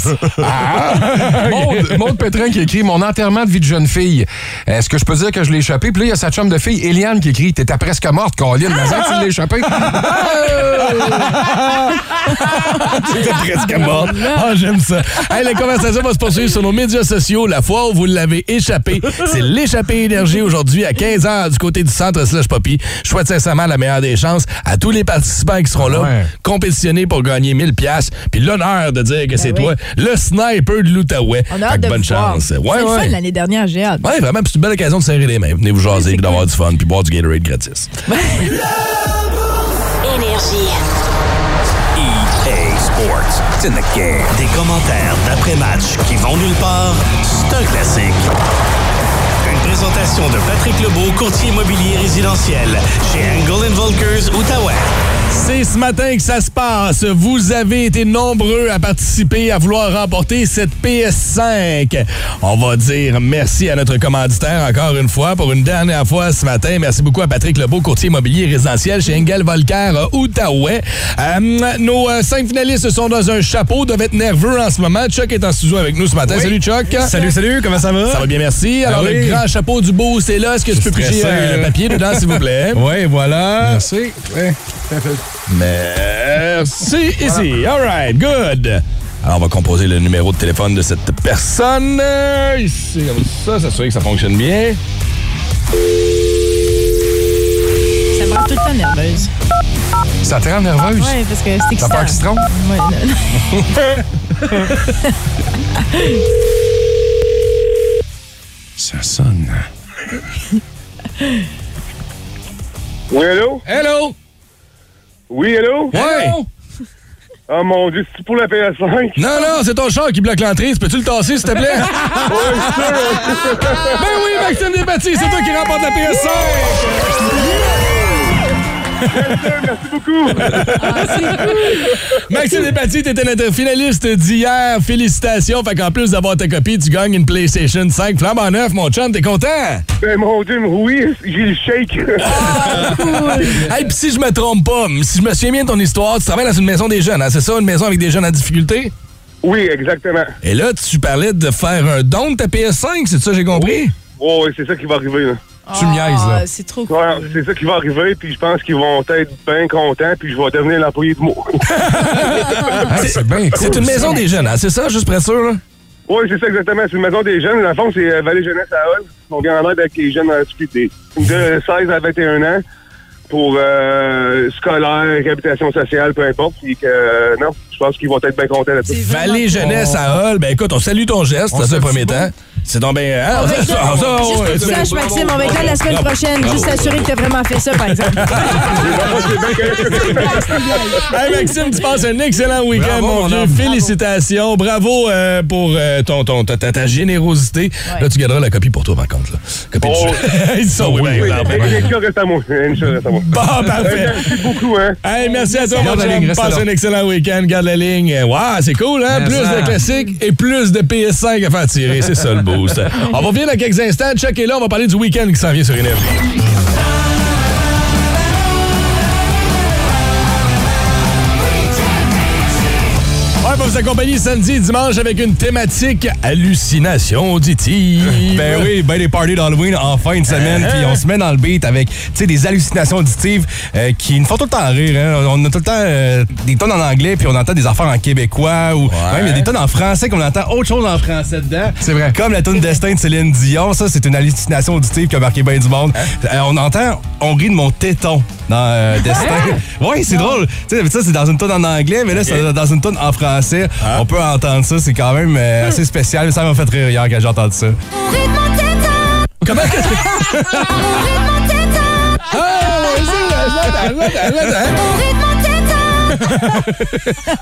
Maude, Maude Pétrin qui écrit Mon enterrement de vie de jeune fille. Est-ce que je peux dire que je l'ai échappé? Puis là, il y a sa chum de fille, Eliane, qui écrit T'étais presque morte, Colin. Mais ça, tu l'as échappé.
T'étais presque morte. Ah, j'aime ça. Hey, la conversation va se poursuivre sur nos médias sociaux. La fois où vous l'avez échappé, c'est l'échappée énergie aujourd'hui à 15h du côté du centre Slash Poppy. Je souhaite sincèrement la meilleure des chances à tous les participants qui seront là,
Ouais.
compétitionnés pour gagner 1000 pièces, puis l'honneur de dire que c'est
Ben oui.
toi, le sniper de l'Outaouais.
On a hâte
Fait que
de
bonne
vous voir.
chance.
C'est
Ouais,
le fun
ouais.
l'année dernière, j'ai hâte.
Ouais, vraiment, puis c'est une belle occasion de serrer les mains. Venez vous jaser, puis d'avoir du fun, puis boire du Gatorade gratis.
Énergie.
EA E Sports.
It's in the game.
Des commentaires d'après-match qui vont nulle part, c'est un classique. Une présentation de Patrick Lebeau, courtier immobilier résidentiel, chez Angle Volkers, Outaouais.
C'est ce matin que ça se passe. Vous avez été nombreux à participer, à vouloir remporter cette PS5. On va dire merci à notre commanditaire encore une fois pour une dernière fois ce matin. Merci beaucoup à Patrick Lebeau, courtier immobilier résidentiel chez Engel Volker, euh, Outaouais. Euh, nos euh, cinq finalistes sont dans un chapeau, doivent être nerveux en ce moment. Chuck est en studio avec nous ce matin. Salut Chuck.
Salut, salut, comment ça va?
Ça va bien, merci. Alors,
oui.
le grand chapeau du beau, c'est là. Est-ce que tu peux
stressé,
piger un
là.
papier dedans, s'il vous plaît?
Oui, voilà.
Merci. Ouais.
Merci, ici. All right, good. Alors, on va composer le numéro de téléphone de cette personne. euh, Ici, comme ça, s'assurer que ça fonctionne bien.
Ça me rend tout le temps nerveuse.
Ça te rend nerveuse?
Ouais, parce que c'est
T'as peur
excitant.
qu'il se trompe?
Ouais, non, non.
Ça sonne.
Oui, allô?
Hello!
Oui, allô?
Ouais!
Oh mon dieu, c'est pour la PS5?
Non, non, c'est ton char qui bloque l'entrée. Peux-tu le tasser, s'il te plaît? ben oui, Maxime Desbâtis, c'est toi qui remporte la PS5! Ah, Maxime Desbâtis, t'étais notre finaliste d'hier. Félicitations. Fait qu'en plus d'avoir ta copie, tu gagnes une PlayStation 5 flambe en neuf, mon chum. T'es content?
Ben mon dieu, mais oui, j'ai le shake.
Hey, pis si je me trompe pas, si je me souviens bien de ton histoire, tu travailles dans une maison des jeunes, hein, c'est ça? Une maison avec des jeunes en difficulté?
oui, exactement.
Et là, tu parlais de faire un don de ta PS5, c'est ça, j'ai compris?
Oh, oui, c'est ça qui va arriver. Là.
Tu me niaises, là.
Ah, C'est trop cool.
Ouais, c'est ça qui va arriver, puis je pense qu'ils vont être bien contents, puis je vais devenir l'employé de mots.
Ah, c'est bien.
C'est une maison des jeunes, hein, c'est ça, juste pour être sûr? là?
oui, c'est ça exactement. C'est une maison des jeunes. Dans le fond, c'est euh, Vallée Jeunesse à Hall. On vient en aide avec les jeunes en difficulté. De 16 à 21 ans pour euh, scolaire, réhabilitation sociale, peu importe. Puis que, euh, non, je pense qu'ils vont être bien contents là-dessus.
C'est vraiment
Vallée Jeunesse à Hall, ben écoute, on salue ton geste,
On
dans
se
un
fait
premier
du
temps. C'est donc bien. hein,
Juste
ça- ça-
pour
ouais,
que tu
c'est-
saches, Maxime, on va être là la semaine prochaine. Juste s'assurer que t'as vraiment fait ça, par exemple.
Hey Maxime, tu passes un excellent week-end,
Bravo,
mon
mon
vieux.
homme.
Félicitations. Bravo, euh, pour euh, ton, ton, ta, ta- ta générosité. Là, tu garderas la copie pour toi, par contre. Là. Copie
Oh.
du jeu. ça, oui, ben,
Oui,
ben, ben.
une chose reste à moi. Une chose reste à moi.
Bon, parfait.
Merci beaucoup, hein.
Hey, merci à toi, mon
Garde la ligne,
chum.
reste
Passe
là.
un excellent week-end. Garde la ligne. Wow, c'est cool, hein?
Mais
Plus
ça.
de classiques et plus de PS5 à faire tirer. C'est ça, le boost. On va revenir dans quelques instants. Chuck est là. On va parler du week-end qui s'en vient sur Énergie. Ouais, pour vous accompagner samedi et dimanche avec une thématique hallucination auditive. Hein?
Ben oui, ben des parties d'Halloween en fin de semaine, puis on se met dans le beat avec, tu sais, des hallucinations auditives euh, qui nous font tout le temps rire. hein. On a tout le temps euh, des tonnes en anglais, puis on entend des affaires en québécois, ou même il y a des tonnes en français qu'on entend autre chose en français dedans.
C'est vrai.
Comme la tune Destin de Céline Dion, ça, c'est une hallucination auditive qui a marqué bien du monde.
Hein?
Euh, on entend, on rit de mon téton dans
Ah!
euh, Destin. Oui, c'est drôle. Tu sais, ça, c'est dans une tonne en anglais, mais là, c'est dans une tonne en français.
Ah.
On peut entendre ça, c'est quand même euh,
Hmm.
assez spécial. Ça m'a fait rire hier quand j'ai entendu ça.
Comment que Ah, oui, c'est vrai, je l'entends, je l'entends, je l'entends.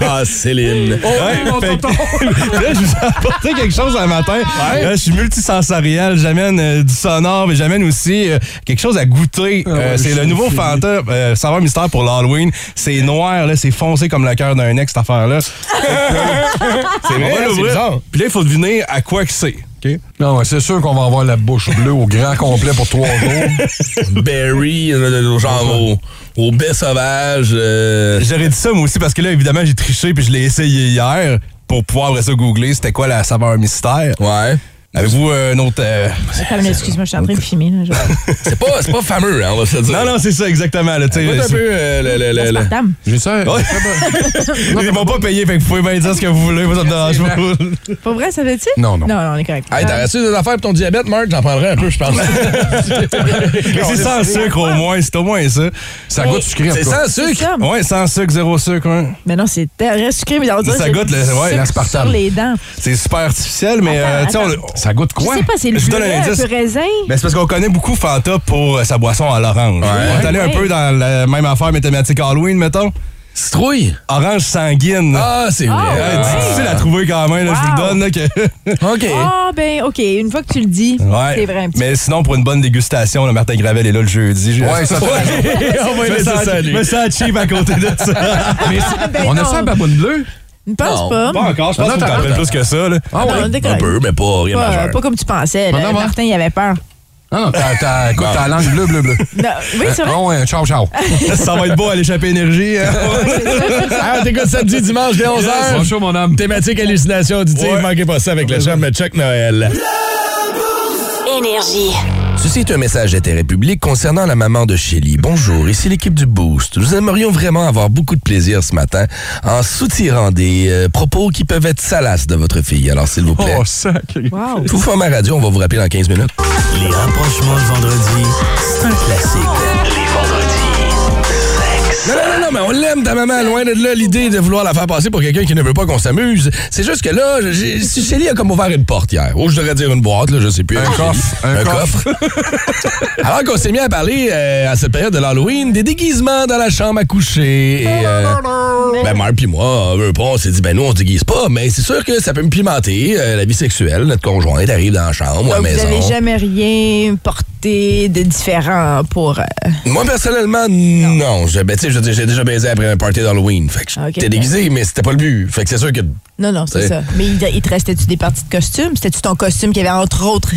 Ah, Céline.
Ouais, fait que- là, je vous ai apporté quelque chose un matin. Là, je suis multisensoriel. J'amène euh, du sonore, mais j'amène aussi euh, quelque chose à goûter.
Ah
Euh, c'est le nouveau Fanta euh, saveur mystère pour l'Halloween. C'est noir, là, c'est foncé comme le cœur d'un ex, cette affaire-là. c'est
vrai,
on va
hein, c'est
l'ouvrir.
bizarre.
Puis là, il faut deviner à quoi que c'est. OK?
Non, ouais, c'est sûr qu'on va avoir la bouche bleue au grand complet pour trois jours.
Berry, euh, genre au, au baie sauvage. euh,
J'aurais dit ça, moi aussi, parce que là, évidemment, j'ai triché puis je l'ai essayé hier pour pouvoir après ça googler c'était quoi la saveur mystère.
ouais.
Avez-vous euh, un autre. euh,
Attends, mais excuse-moi, je suis en train de filmer. Là, je...
C'est pas, c'est pas fameux, hein, on va se le dire.
Non, non, c'est ça, exactement. Là, tu sais,
Écoute un
c'est-
peu euh, le- le- le- le-
Madame.
J'ai ça.
Ouais. Ils m'ont pas payé, fait que vous pouvez bien dire ce que vous voulez, moi, ça me dérange pas.
Pour vrai, ça veut-tu?
Non, non.
Non, on est correct. Euh,
Hey, t'as reçu des affaires pour ton diabète, Marc? J'en prendrais un peu, je pense.
Mais c'est sans sucre au moins, c'est au moins ça.
Ça goûte sucré. en
C'est
tout cas.
sans
C'est
sucre.
ça.
Ouais, sans sucre, zéro sucre, hein.
Mais non, c'est très sucré, mais on dirait
Ça
que j'ai
goûte
du
le- ouais,
sucre
l'aspartame.
sur les dents.
C'est super artificiel, mais
Attends,
euh, tu sais, on-
attends.
Ça goûte quoi?
Je sais pas, c'est le
Je vous donne
bleuet,
un indice.
un peu raisin.
Mais c'est parce qu'on connaît beaucoup Fanta pour euh, sa boisson à l'orange. On est allé un
Ouais.
peu dans la même affaire mathématique Halloween, mettons.
Citrouille.
Orange sanguine.
Ah, c'est
Ouais,
vrai.
c'est difficile à trouver quand même, là, je vous le
Wow.
donne. là, que...
OK.
Ah, ben, OK, une fois que tu le dis,
Ouais.
c'est vrai un petit
Mais sinon, pour une bonne dégustation, le Martin Gravel est là le jeudi.
Ouais, ça, t'as raison.
on va
laisser ça à lui.
Mais ça cheap à côté de ça. Mais c'est-
peu. Ben
On a
non,
ça à Baboune Bleue?
Ne pense
Non.
pas.
pas encore, je pense
Non,
qu'on t'en
attends,
rappelle plus que ça. Là.
Ah
Non, on est
ouais?
correct.
Un peu, mais pas rien de
Pas,
majeur.
pas comme tu pensais. là.
Ah, non, ouais.
Martin, il avait peur.
Ah, Non, non, t'as, t'as- écoute, t'as la langue bleue, bleue, bleue.
Non, oui, c'est vrai.
Ah ouais, ciao, ciao.
ça va être beau à l'échappée énergie. hein.
Ah, t'écoutes samedi, dimanche, dès 11h.
Bonjour, mon homme.
Thématique hallucination auditive,
Ouais.
manquez pas ça avec le chum de Chuck Noël.
énergie,
Ceci est un message d'intérêt public concernant la maman de Shelly. Bonjour, ici l'équipe du Boost. Nous aimerions vraiment avoir beaucoup de plaisir ce matin en soutirant des euh, propos qui peuvent être salaces de votre fille. Alors, s'il vous
Oh,
Oh,
plaît,
sac.
Wow.
vous fermez ma radio, on va vous rappeler dans 15 minutes.
Les rapprochements le vendredi, c'est un classique. Les vendredis, sexe.
Non, non, non, non, mais on l'aime, ta maman. Loin de là, l'idée de vouloir la faire passer pour quelqu'un qui ne veut pas qu'on s'amuse. C'est juste que là, j'ai- si Shelly a comme ouvert une porte hier. Ou je devrais dire une boîte, là, je sais plus. Un
coffre, un
Alors qu'on s'est mis à parler, euh, à cette période de l'Halloween, des déguisements dans la chambre à coucher. Et, euh, ben, Marc puis moi, on veut pas, on s'est dit, ben, nous, on se déguise pas. Mais c'est sûr que ça peut me pimenter euh, la vie sexuelle. Notre conjointe arrive dans la chambre ou à la
Donc, Ah, vous
maison.
n'avez jamais rien porté de différent pour. euh,
Moi, personnellement, non. Je, ben, tu sais, je veux dire, j'ai déjà baisé après un party d'Halloween. Fait que
Ah, ok.
j'étais déguisé, mais c'était pas le but. Fait que c'est sûr que.
Non, non, c'est
C'est-
ça. Mais il, il te restait-tu des parties de costume? C'était-tu ton costume qui avait, entre autres,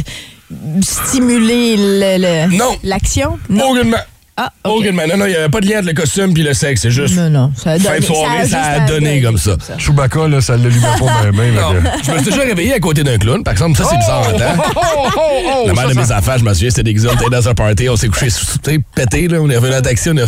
stimulé le- le-
Non.
l'action?
Aucunement.
Ah, ok.
Aucunement. Non, non, il n'y avait pas de lien entre le costume puis le sexe. C'est juste.
Non, non, ça a
Fin
donné.
de soirée, ça a
juste
donné comme ça.
Chewbacca, là, ça l'allume pas bien, bien.
Non.
là, que-
je me suis déjà réveillé à côté d'un clown, par exemple. Ça, c'est bizarre. hein? la mère de mes enfants, je me souviens, c'était déguisé. On était dans un party, on s'est couché sous, sous- tu sais, pété, là. On est revenu en taxi, on est- on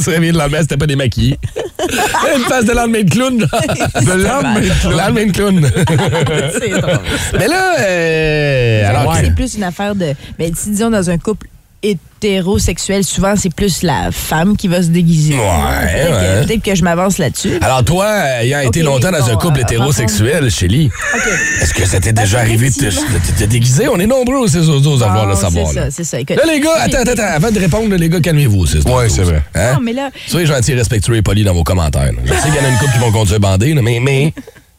s'est réveillé le lendemain, c'était pas des maquillés. Une face de lendemain de clown, genre. De lendemain de clown. Lendemain de clown.
C'est drôle.
Mais là, euh, alors,
Alors,
que-
C'est plus une affaire de. Mais si disons dans un couple hétérosexuel, souvent c'est plus la femme qui va se déguiser.
Ouais,
Peut-être
ouais.
que, peut-être que je m'avance là-dessus.
Alors toi, ayant été
Ok,
longtemps dans
bon,
un couple
euh, Ben,
hétérosexuel, Shelly, est-ce que ça t'est déjà arrivé de te, de te déguiser? On est nombreux aux 6 à vouloir le
Ah,
savoir.
C'est
Là.
ça, c'est ça. Écoute,
Là, les gars, attends, attends, attends, avant de répondre, là, les gars, calmez-vous. au 6-12-12.
Ouais, c'est vrai.
Hein?
Non, mais là,
Soyez gentils, respectueux et polis dans vos commentaires. là. Je sais qu'il y en a une couple qui vont conduire bandé, là, mais, mais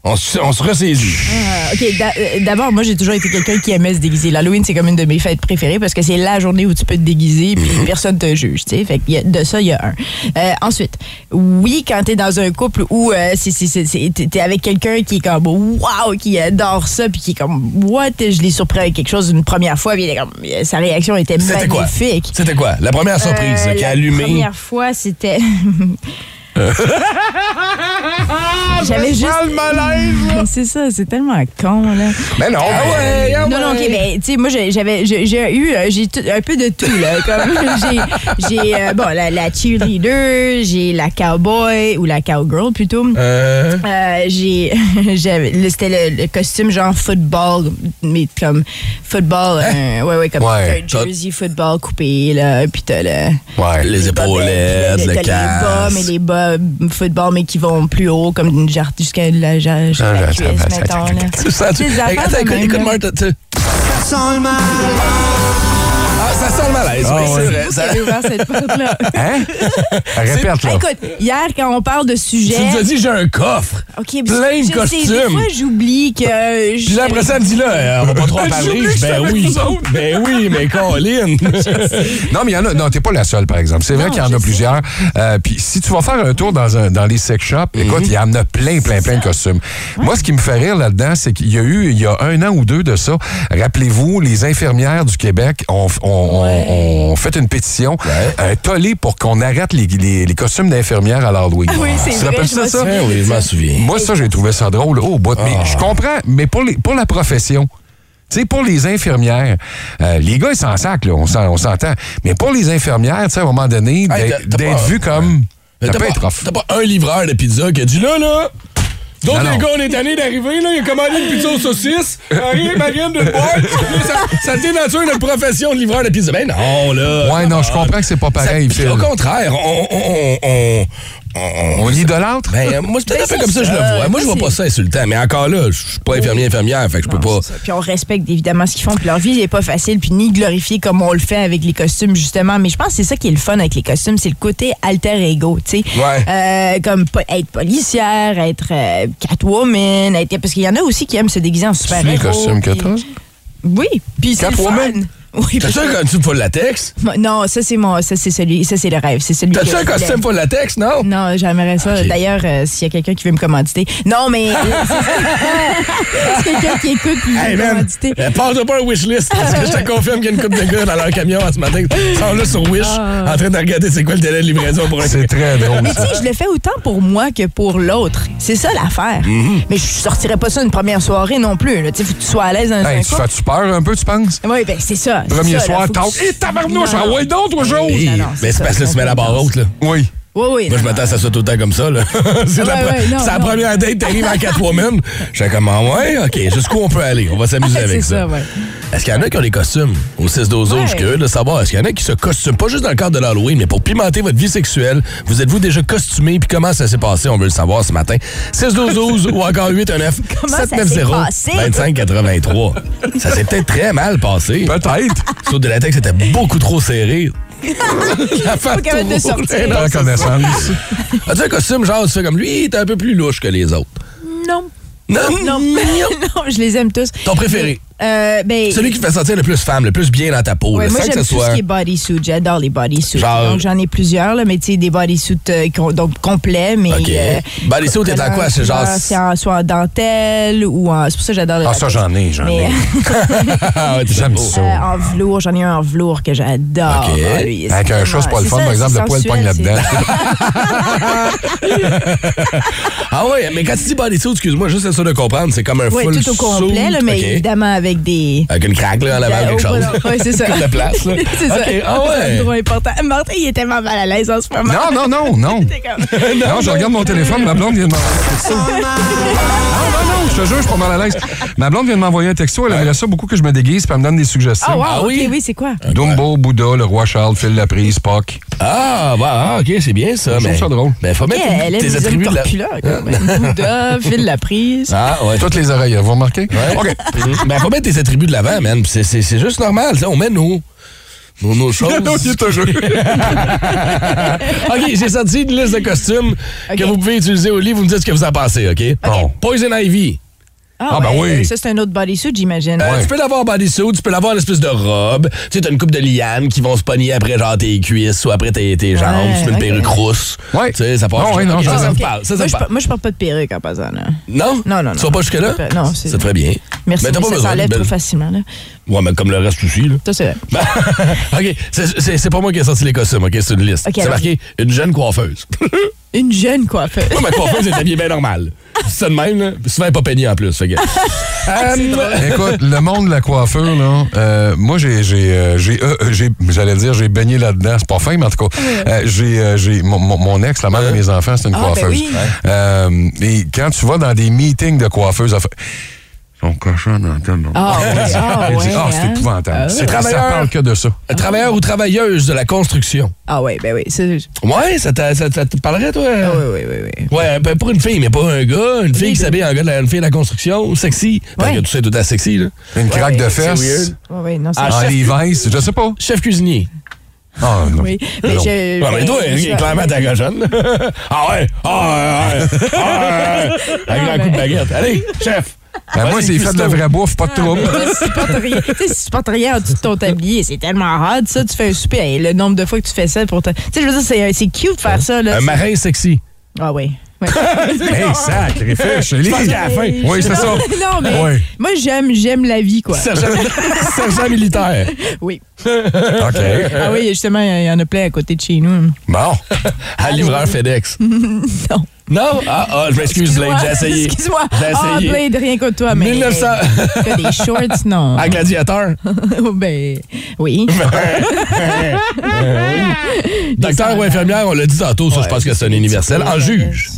on, se- on se ressaisit.
euh, OK, d'a- euh, d'abord, moi, j'ai toujours été quelqu'un qui aimait se déguiser. L'Halloween, c'est comme une de mes fêtes préférées parce que c'est la journée où tu peux te déguiser puis
Mm-hmm.
personne te juge, tu sais. Fait que y a- de ça, il y a un. Euh, ensuite, oui, quand t'es dans un couple où euh, c'est- c'est- c'est- c'est- t'es t'es avec quelqu'un qui est comme « wow », qui adore ça puis qui est comme « what », je l'ai surpris avec quelque chose une première fois puis il est comme, euh, sa réaction était
C'était quoi?
magnifique.
C'était quoi? La première surprise
Euh,
là, qui a
la
allumé.
première fois, c'était. J'avais juste. C'est ça, c'est tellement con, là.
Mais non,
Ah
mais- ah
Non, non, ok, ben, tu sais, moi, j'ai- j'avais, j'ai j'ai eu, euh, j'ai tout- un peu de tout, là. Comme, j'ai, j'ai, euh, bon, la, la cheerleader, j'ai la cowboy, ou la cowgirl, plutôt.
Euh,
Euh, j'ai, j'avais- le- c'était le, le costume genre football, mais comme football, euh, ouais, ouais, comme
Ouais.
un jersey football coupé, là, puis t'as le...
Ouais.
les
bobettes,
épaulettes,
puis
le
là, t'as
casque.
Les bas, mais les bas football, mais qui vont plus haut, comme une jar- jusqu'à la, jar- jusqu'à la
Ah,
cuisse,
attends, attends,
mettons,
attends,
là.
Tu sens- tu-
Des affaires
Attends,
de
écoute,
même,
écoute,
là.
Marthe, tu- Ah, Ça sent le malaise, oui, c'est vrai.
Vous
ça-
avez ouvert cette porte-là.
Hein? Répète, là.
Écoute, hier, quand on parle de sujet.
Tu nous as dit, j'ai un coffre.
OK,
plein de
je sais, Des
costumes.
fois, j'oublie que. euh, je-
Puis là, après ça, elle me dit, là, euh, on va pas trop en parler.
J'oublie
Je dis,
que
Ben
c'est
oui,
nous autres.
ben oui, mais Colin.
Non, mais il y en a. Non, t'es pas la seule, par exemple. C'est vrai
Non,
qu'il y en
je
a
sais. Mhm.
plusieurs. Euh, Puis si tu vas faire un tour dans, un- dans les sex shops, écoute, il y en a plein, plein, plein de costumes. Moi, ce qui me fait rire là-dedans, c'est qu'il y a eu, il y a un an ou deux de ça, rappelez-vous, les infirmières du Québec ont, ont- ont- ont fait une pétition, un tollé pour qu'on arrête les, les- les costumes d'infirmières à l'Halloween.
Oui, c'est
Tu te
vrai,
rappelles
je
ça,
me
ça?
souviens.
Ben oui, je m'en souviens.
Moi, ça, j'ai trouvé ça drôle au bout.
Ah.
Mais je comprends, mais pour, les, pour la profession. Tu sais, pour les infirmières, euh, les gars, ils s'en sacent, là, on s'en- on s'entend. Mais pour les infirmières, tu sais, à un moment donné,
Hey,
d'être-
t'as- t'as
d'être
pas-
vu comme...
Mais
Ça
T'as
peut
pas,
être rough.
t'as pas un livreur de pizza qui a dit là, là. D'autres,
Non,
les
non.
gars, on est tannés d'arriver, là. Il a commandé une pizza aux saucisses. Arrive, Marianne, d'une boîte. Là, Ça, ça dénature la profession de livreur de pizza. Ben non, là.
Ouais, non, je comprends que c'est pas
Ça-
pareil, Phil.
Au contraire, on. on, on, on- on-
On l'idolâtre?
Ben, euh, moi, c'est peut-être un peu comme ça, que je le vois. Moi, je vois pas ça insultant, mais encore là, je suis pas infirmier, infirmière, fait que je peux
Non,
pas.
c'est ça. Puis on respecte évidemment ce qu'ils font. Puis leur vie n'est pas facile, puis ni glorifiée comme on le fait avec les costumes, justement. Mais je pense que c'est ça qui est le fun avec les costumes, c'est le côté alter ego, tu sais.
Ouais.
Euh, comme po- être policière, être euh, catwoman, être... parce qu'il y en a aussi qui aiment se déguiser en
C'est les
super-héros.
costumes que
puis-
t'as?
Oui, puis c'est le fun.
Catwoman?
Oui,
T'as-tu
parce-
un costume pour le latex?
Non, ça c'est mon, ça c'est celui, ça c'est le rêve, c'est celui.
T'as-tu
que
un
je
costume
voulais.
pour le latex, non?
Non, j'aimerais ça.
Ok.
D'ailleurs, euh, s'il y a quelqu'un qui veut me commanditer. Non, mais. euh, C'est quelqu'un qui écoute puis veut
Hey
me
man,
commanditer.
euh, passe-toi pas un wishlist parce que je te confirme qu'il y a une couple de gars dans leur camion ce matin. Ils sont là sur Wish
Ah.
en train de regarder c'est quoi le délai de livraison pour un
C'est très drôle,
Mais tu
ça.
sais, je le fais autant pour moi que pour l'autre. C'est ça l'affaire.
Mm-hmm.
Mais je sortirais pas ça une première soirée non plus. là. Tu sais, faut que tu sois à l'aise dans un
Hey, tu
couple.
fais-tu peur un peu, tu penses?
Oui, ben c'est ça. c'est
Premier
ça, là,
soir,
faut que
t'as...
tu-
Eh,
Hé, tabarnouche,
Non.
ah ouais, d'autres, aujourd'hui!
Oui.
Hey,
non,
Eh, mais
c'est
Ben, c'est
ça,
parce que là, tu mets la barre haute, là.
Oui.
Oui, oui.
Moi, je
non,
m'attends à ça soit tout le temps comme ça, là. c'est la,
Ouais,
pre-
ouais, non,
c'est la
non.
première date, t'arrives en Catwoman. Je fais comme, ah ouais, OK, jusqu'où on peut aller? On va s'amuser
C'est
avec ça.
ça, ouais.
Est-ce qu'il y en a qui ont des costumes au 6 12
Ouais.
Je suis curieux de savoir. Est-ce qu'il y en a qui se costument, pas juste dans le cadre de l'Halloween, mais pour pimenter votre vie sexuelle? Vous êtes-vous déjà costumé? Puis comment ça s'est passé? On veut le savoir ce matin. 6 12 12 ou encore 819
Comment ça s'est
790
passé?
25 83. Ça s'est peut-être très mal passé.
Peut-être.
Sauf de la tête, c'était beaucoup trop serré. la femme
capable de sortir.
Pas connaissance.
As-tu un costume, genre, Ah, tu fais comme lui, t'es un peu plus louche que les autres?
Non.
Non,
Non, non, je les aime tous.
Ton préféré?
Euh, ben,
Celui qui te fait sentir le plus femme, le plus bien dans ta peau.
Ouais,
là,
moi,
sans
j'aime
que
tout
ce soit...
ce qui est bodysuit. J'adore les bodysuits.
Genre-
Donc, j'en ai plusieurs, là, mais tu sais, des bodysuits euh, qu'on- donc complets, mais. euh,
OK. Bodysuit, t'es en quoi? C'est genre-
C'est en- soit en dentelle ou en. C'est pour ça que j'adore le
Ah, ça,
latex.
j'en ai, j'en
Mais,
ai.
Ah, ouais, t'es
J'aime
beau.
ça.
euh, en velours, j'en ai un en velours que j'adore.
OK.
Ah, lui, c'est
Avec un chat, c'est pas le
vraiment-
fun, par
ça,
exemple,
c'est
le poil
sensuel,
pogne
c'est-
là-dedans.
Ah ouais, mais quand tu dis bodysuit, excuse-moi, juste ça de comprendre, c'est comme un
Oui,
full
tout au complet,
suit,
là, mais
OK.
évidemment avec des.
Avec une craque, là, en
Ben,
avant, quelque chose.
Oui, c'est ça.
Coupe de place, là.
c'est ça.
OK, ah ouais.
C'est trop important. Martin, il est tellement mal à l'aise en ce moment.
Non, non, non, non.
C'est comme-
Non, je regarde mon téléphone, ma blonde vient de m'envoyer un texto. Non, non, non, je te jure, je suis pas mal à l'aise. Ma blonde vient de m'envoyer un texto, elle aimerait ça beaucoup que je me déguise, puis elle me donne des suggestions.
Ah, wow,
Ah oui?
OK, oui, c'est quoi?
Dumbo, Bouddha, le roi Charles, Phil Laprise, Spock.
Ah, bah, ah, OK, c'est bien ça.
Je
mais...
trouve ça drôle.
Ben, faut
Eh,
mettre
elle aime
tes
les
attributs de la... Hein?
corpulents, quand même. Bouddha, file la prise.
Ah, ouais.
Toutes les oreilles, vous remarquez?
Ouais. Mhm. ben, faut mettre tes attributs de l'avant, man. Puis C'est, c'est, c'est juste normal, ça. On met nos, nos, nos choses. OK, j'ai sorti une liste de costumes que
OK.
vous pouvez utiliser au lit. Vous me dites ce que vous en pensez, OK? Bon. Poison Ivy.
Ah,
bah
ben
ouais,
oui.
Ça, c'est un autre bodysuit, j'imagine.
Euh, Tu peux l'avoir bodysuit, tu peux l'avoir une espèce de robe. Tu sais, t'as une coupe de lianes qui vont se pogner après genre tes cuisses ou après tes, tes jambes.
Ouais,
tu mets une
ok.
perruque rousse.
Ouais.
Tu sais, ça passe.
Non, ouais, non,
Ok,
je
ça, ça
comprends.
me parle. Bah, Ça, ça
moi,
me
je,
parle.
moi, je porte pas de perruque en passant, là.
Non?
Non, non, non.
Tu vas pas jusque-là?
Ça peut- non, c'est-
C'est très bien.
Merci,
Mais t'as
mais
pas
ça
besoin.
s'enlève
Ben-
trop facilement, là.
Ouais, mais comme le reste aussi, là.
Ça, c'est vrai.
Ben, OK, c'est- c'est c'est pas moi qui ai sorti les costumes, OK? C'est une liste.
OK,
c'est
alors-
marqué une jeune coiffeuse.
Une jeune coiffeuse.
Moi, ma coiffeuse est habillée bien normale. C'est de même, là. Puis Souvent, elle est pas peignée en plus. Fait que... Hum,
Écoute, le monde de la coiffure, là, euh, moi, j'ai, j'ai, euh, j'ai, euh, euh, j'ai- j'allais dire, j'ai baigné là-dedans. C'est pas fin, mais en tout cas, euh, j'ai, euh, j'ai, mon, mon- mon ex, la mère de mes enfants, c'est une
Ah, ben
coiffeuse.
oui.
Euh, et quand tu vas dans des meetings de coiffeuses,
On cochonne en tonne.
Ah, ouais, ah,
Elle dit,
ouais,
Ah, c'est
hein?
épouvantable. C'est
travailleur.
Ça parle que de ça.
euh, Travailleur ou travailleuse de la construction.
Ah, ouais, ben oui. c'est-
Ouais, ça, t'a- ça- ça te parlerait, toi?
Ah, oui, oui, oui, oui.
Ouais, ben pour une fille, mais pas un gars. Une fille qui s'habille en gars, de la- une fille de la construction, sexy. Parce
Ouais.
que tu sais, tout à sexy, là.
Une craque de fesses.
weird.
Ouais, ouais, non, c'est
Ah,
En
chef-
levi's, je sais pas.
Chef cuisinier.
Ah, non.
oui. Mais Euh, je.
Ouais, Ah, mais toi,
je-
il est clairement ta cochonne. ah ouais, ah ouais, ah ouais, ah ouais. Avec un coup de baguette. Allez, chef.
Ben, moi,
Vas-y,
c'est fait de la
cuistot.
vraie bouffe, pas de trouble.
si tu portes rien, tu sais, si tu portes rien en dessous de ton tablier, c'est tellement hard, ça, tu fais un souper. Hey, le nombre de fois que tu fais ça pour ta. Tu sais, je veux dire, c'est, c'est cute de faire ça, là.
Un marin sexy.
Ah, oui. Ouais.
hey, sacrifice, Chélie.
pense qu'à la fin.
Oui, c'est ça.
non, non, mais
Ouais.
moi, j'aime, j'aime la vie, quoi.
Sergent, sergent militaire. Euh,
Oui.
OK.
Ah, oui, justement, il y en a plein à côté de chez nous.
Bon.
À livreur FedEx.
Non.
Non? Ah, ah, je m'excuse, Blake, j'ai essayé.
Excuse-moi.
J'ai
Ah,
essayé.
Blade, rien que toi, mais.
1900.
T'as des shorts, non.
À gladiateur.
ben, oui.
Docteur ou infirmière, on l'a dit tantôt, ça, je pense que c'est un universel.
Ah,
En juge.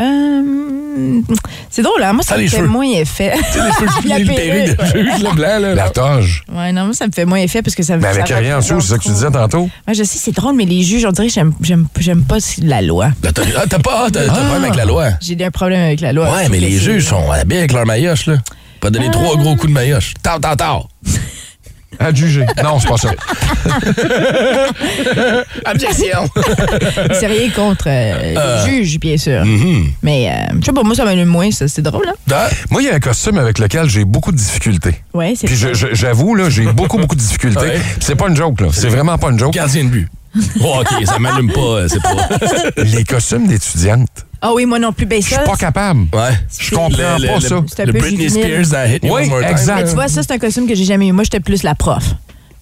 Euh, c'est drôle, hein? Moi, ça
Ah,
me
les
fait
cheveux.
moins effet.
Les cheveux
La
finis, le
perruque,
perruque de juge, le blanc, là.
La toge.
Ouais, non, moi, ça me fait moins effet parce que ça me
Mais avec
ça
rien en dessous,
représente
c'est ça que tu
trop.
disais tantôt?
Ouais, je sais, c'est drôle, mais les juges, on dirait que j'aime- j'aime j'aime pas la loi.
Ah, t'as- ah, t'as pas, ah, t'as t'as pas problème avec la loi.
J'ai un problème avec la loi.
Ouais, mais les
C'est-
juges sont habillés avec leur maillotche, là. Pas donner trois gros coups de maillotche. Tao, tao, tao.
À juger. Non, c'est pas ça.
Objection.
C'est rien contre euh, les juges, bien sûr.
Mm-hmm.
Mais, euh, je sais pas, moi, ça m'allume moins, ça. C'est drôle, hein?
Ah,
Moi, il y a un costume avec lequel j'ai beaucoup de difficultés.
Ouais, c'est
Puis je- je- j'avoue, là, j'ai beaucoup, beaucoup de difficultés.
Ouais.
Puis C'est pas une joke, là. C'est vraiment pas une joke.
gardien de but. Oh, OK, ça m'allume pas, euh, c'est pas.
Les costumes d'étudiantes,
Ah oui, moi non plus, ben
je
ça.
suis pas
c'est-
capable.
Ouais.
Je comprends
Le- le-
pas
le-
ça.
C'est un
Le
peu
Britney
juvénile.
Spears dans Hit Me
Oui,
One More Time.
exact.
Mais tu vois, ça, c'est un costume que j'ai jamais eu. Moi, j'étais plus la prof.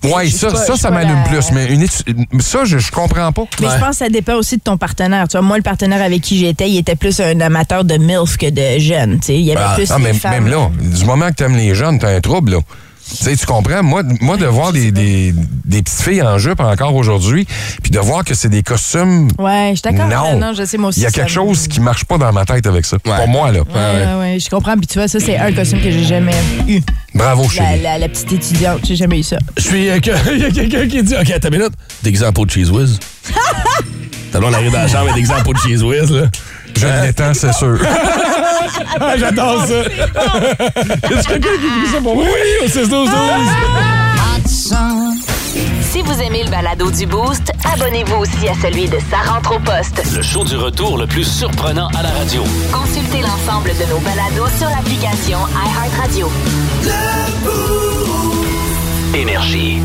Oui, ça,
pas- je
ça,
suis
ça
pas
m'allume
la-
plus. Mais une étu- ça, je, je comprends pas.
Mais je pense que ça dépend aussi de ton partenaire. Tu vois, moi, le partenaire avec qui j'étais, il était plus un amateur de MILF que de jeune. Tu sais, il y avait
Ah,
plus
ah,
les
mais
femmes.
même là, du moment que t'aimes les jeunes, t'as un trouble, là. Tu sais, tu comprends? Moi, moi de voir des, des, des petites filles en jupe encore aujourd'hui, puis de voir que c'est des costumes.
Ouais, je suis d'accord. Ah,
Non.
Non, je sais, moi aussi.
Il y a
ça
quelque
me-
chose qui marche pas dans ma tête avec ça. Pour moi, là.
Ouais, ouais, ouais, je comprends. Puis tu vois, ça, c'est un costume que j'ai jamais eu.
Bravo, chérie.
La, la- la petite étudiante, j'ai jamais eu ça.
Je suis. euh, que- Il y a quelqu'un qui dit OK, attends une minute. Déguisé en pot de cheese whiz. T'as on arrive dans la chambre et déguisé en pot de cheese whiz, là. Euh,
Je l'étends, c'est sûr.
Ah, j'adore ça. Est-ce que é quelqu'un qui dit ça pour moi? Oui, au 16 12
Si vous aimez le balado du Boost, abonnez-vous aussi à celui de Sa rentre au poste.
Le show du retour le plus surprenant à la radio.
Consultez l'ensemble de nos balados sur l'application iHeartRadio.
Énergie.